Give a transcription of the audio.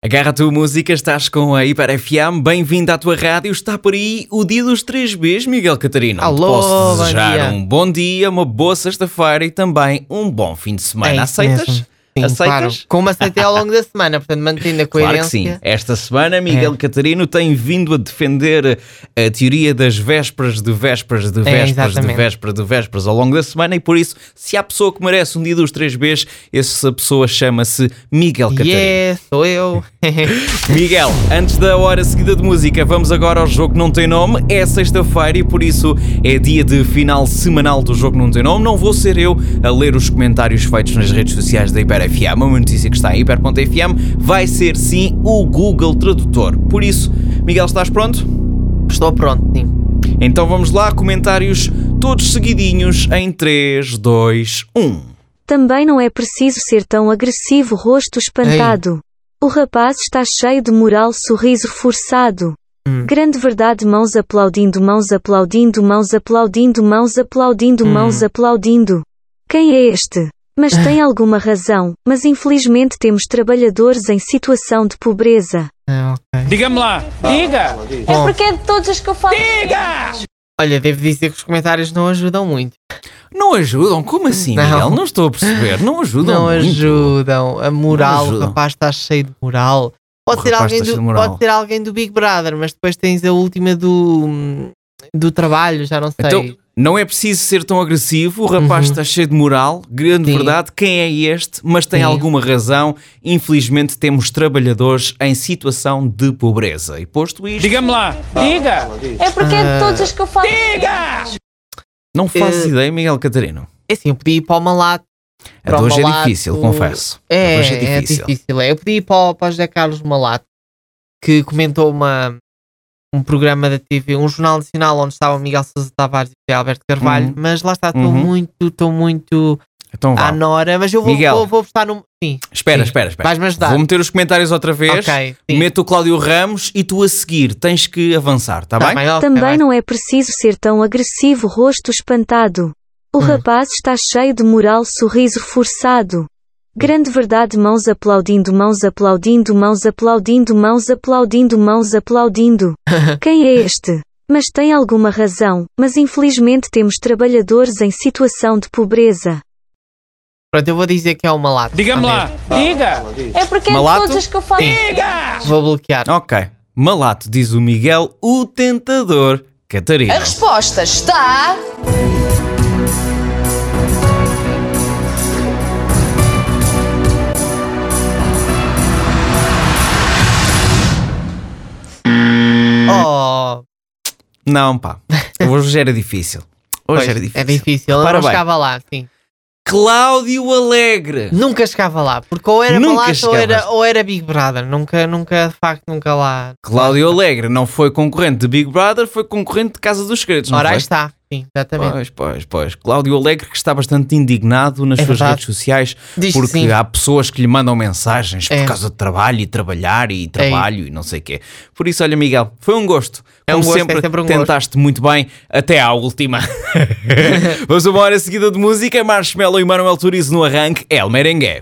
Agarra a tua música, estás com a Hiper FM, bem-vindo à tua rádio, está por aí o dia dos 3Bs, Miguel Catarino. Alô, posso bom desejar dia. um bom dia, uma boa sexta-feira e também um bom fim de É semana. isso Aceitas? mesmo. Sim, Claro. Aceitas? Como aceitei ao longo da semana, portanto, mantendo a coerência. Claro que sim. É Esta semana, Miguel É. Catarino tem vindo a defender a teoria das vésperas de vésperas de vésperas de É, exatamente. vésperas de vésperas ao longo da semana e por isso, se há pessoa que merece um dia dos 3Bs, essa pessoa chama-se Miguel Catarino. Yeah, sou eu. Miguel, antes da hora seguida de música, vamos agora ao Jogo Não Tem Nome. É sexta-feira e por isso é dia de final semanal do Jogo Não Tem Nome. Não vou ser eu a ler os comentários feitos nas redes sociais da Hiper FM. Uma notícia que está em hiper.fm vai ser sim o Google Tradutor. Por isso, Miguel, estás pronto? Estou pronto, sim. Então vamos lá, comentários todos seguidinhos em um. 3, 2, 1. Também não é preciso ser tão agressivo, rosto espantado. O rapaz está cheio de moral, sorriso forçado. Grande verdade, mãos aplaudindo, mãos aplaudindo, mãos aplaudindo, mãos aplaudindo, mãos aplaudindo. Quem é este? Mas tem alguma razão, mas infelizmente temos trabalhadores em situação de pobreza. Ah, ok. Diga-me lá. Diga. Bom, Porque é de todos os que eu falo. Olha, devo dizer que os comentários não ajudam muito. Não ajudam? Como assim, Não. Miguel? Não estou a perceber. Não ajudam não muito. ajudam. A moral, Não ajudam. o rapaz está cheio de moral. Pode O ser, rapaz alguém está cheio do, de moral. pode ser alguém do Big Brother, mas depois tens a última do, do trabalho, já não sei. Então, não é preciso ser tão agressivo, o rapaz está cheio de moral, grande Uhum. Sim. verdade, quem é este? Mas tem Sim. alguma razão, infelizmente temos trabalhadores em situação de pobreza. E posto isto, Diga-me lá. Diga. É porque é de todos os que eu falo. não faço Eh, ideia, Miguel Catarino. é assim, eu podia ir para o Malato. A de hoje é Malato- difícil, confesso. A de É, hoje é difícil. é. Eu pedi ir para, o- para o José Carlos Malato, que comentou uma, um programa da TV, um jornal nacional onde estava o Miguel Sousa Tavares e o Alberto Carvalho, Uhum. mas lá está, estou Uhum. muito, estou muito Então vá. à Nora, mas eu vou, Miguel. vou, vou postar no. Sim, espera, Ah, sim. espera, espera. Vais-me ajudar. Vou meter os comentários outra vez. ok. sim. Meto o Cláudio Ramos e tu a seguir tens que avançar, está Tá bem? bem, ok, vai. Também não é preciso ser tão agressivo, rosto espantado. O rapaz está cheio de moral, sorriso forçado. Grande verdade, mãos aplaudindo, mãos aplaudindo, mãos aplaudindo, mãos aplaudindo, mãos aplaudindo. Quem é este? Mas tem alguma razão, mas infelizmente temos trabalhadores em situação de pobreza. Pronto, eu vou dizer que é o Malato. Diga-me Está lá. Diga. É porque é Malato? de todos os que eu falo. bem. Vou bloquear. Ok. Malato, diz o Miguel, o tentador Catarino. A resposta está. Oh, Não, pá. Hoje era difícil. Hoje pois, era difícil. é difícil. Eu Para não bem. chegava lá, sim. Cláudio Alegre. Nunca chegava lá, porque ou era Nunca Malato ou chegavas. era, ou era Big Brother. Nunca, nunca, de facto, nunca lá. Cláudio Alegre não foi concorrente de Big Brother, foi concorrente de Casa dos Segredos, não Ora, aí foi? está. tá, Sim, exatamente. Pois, pois, pois. Cláudio Alegre que está bastante indignado nas É suas verdade. redes sociais Diz que porque sim. há pessoas que lhe mandam mensagens É. por causa de trabalho e trabalhar e trabalho e não sei o quê. Por isso, olha, Miguel, foi um gosto. É um Como gosto, sempre, é sempre um gosto. tentaste muito bem até à última. Vamos a uma hora seguida de música. Marshmallow e Manuel Turizo no arranque. El Merengue.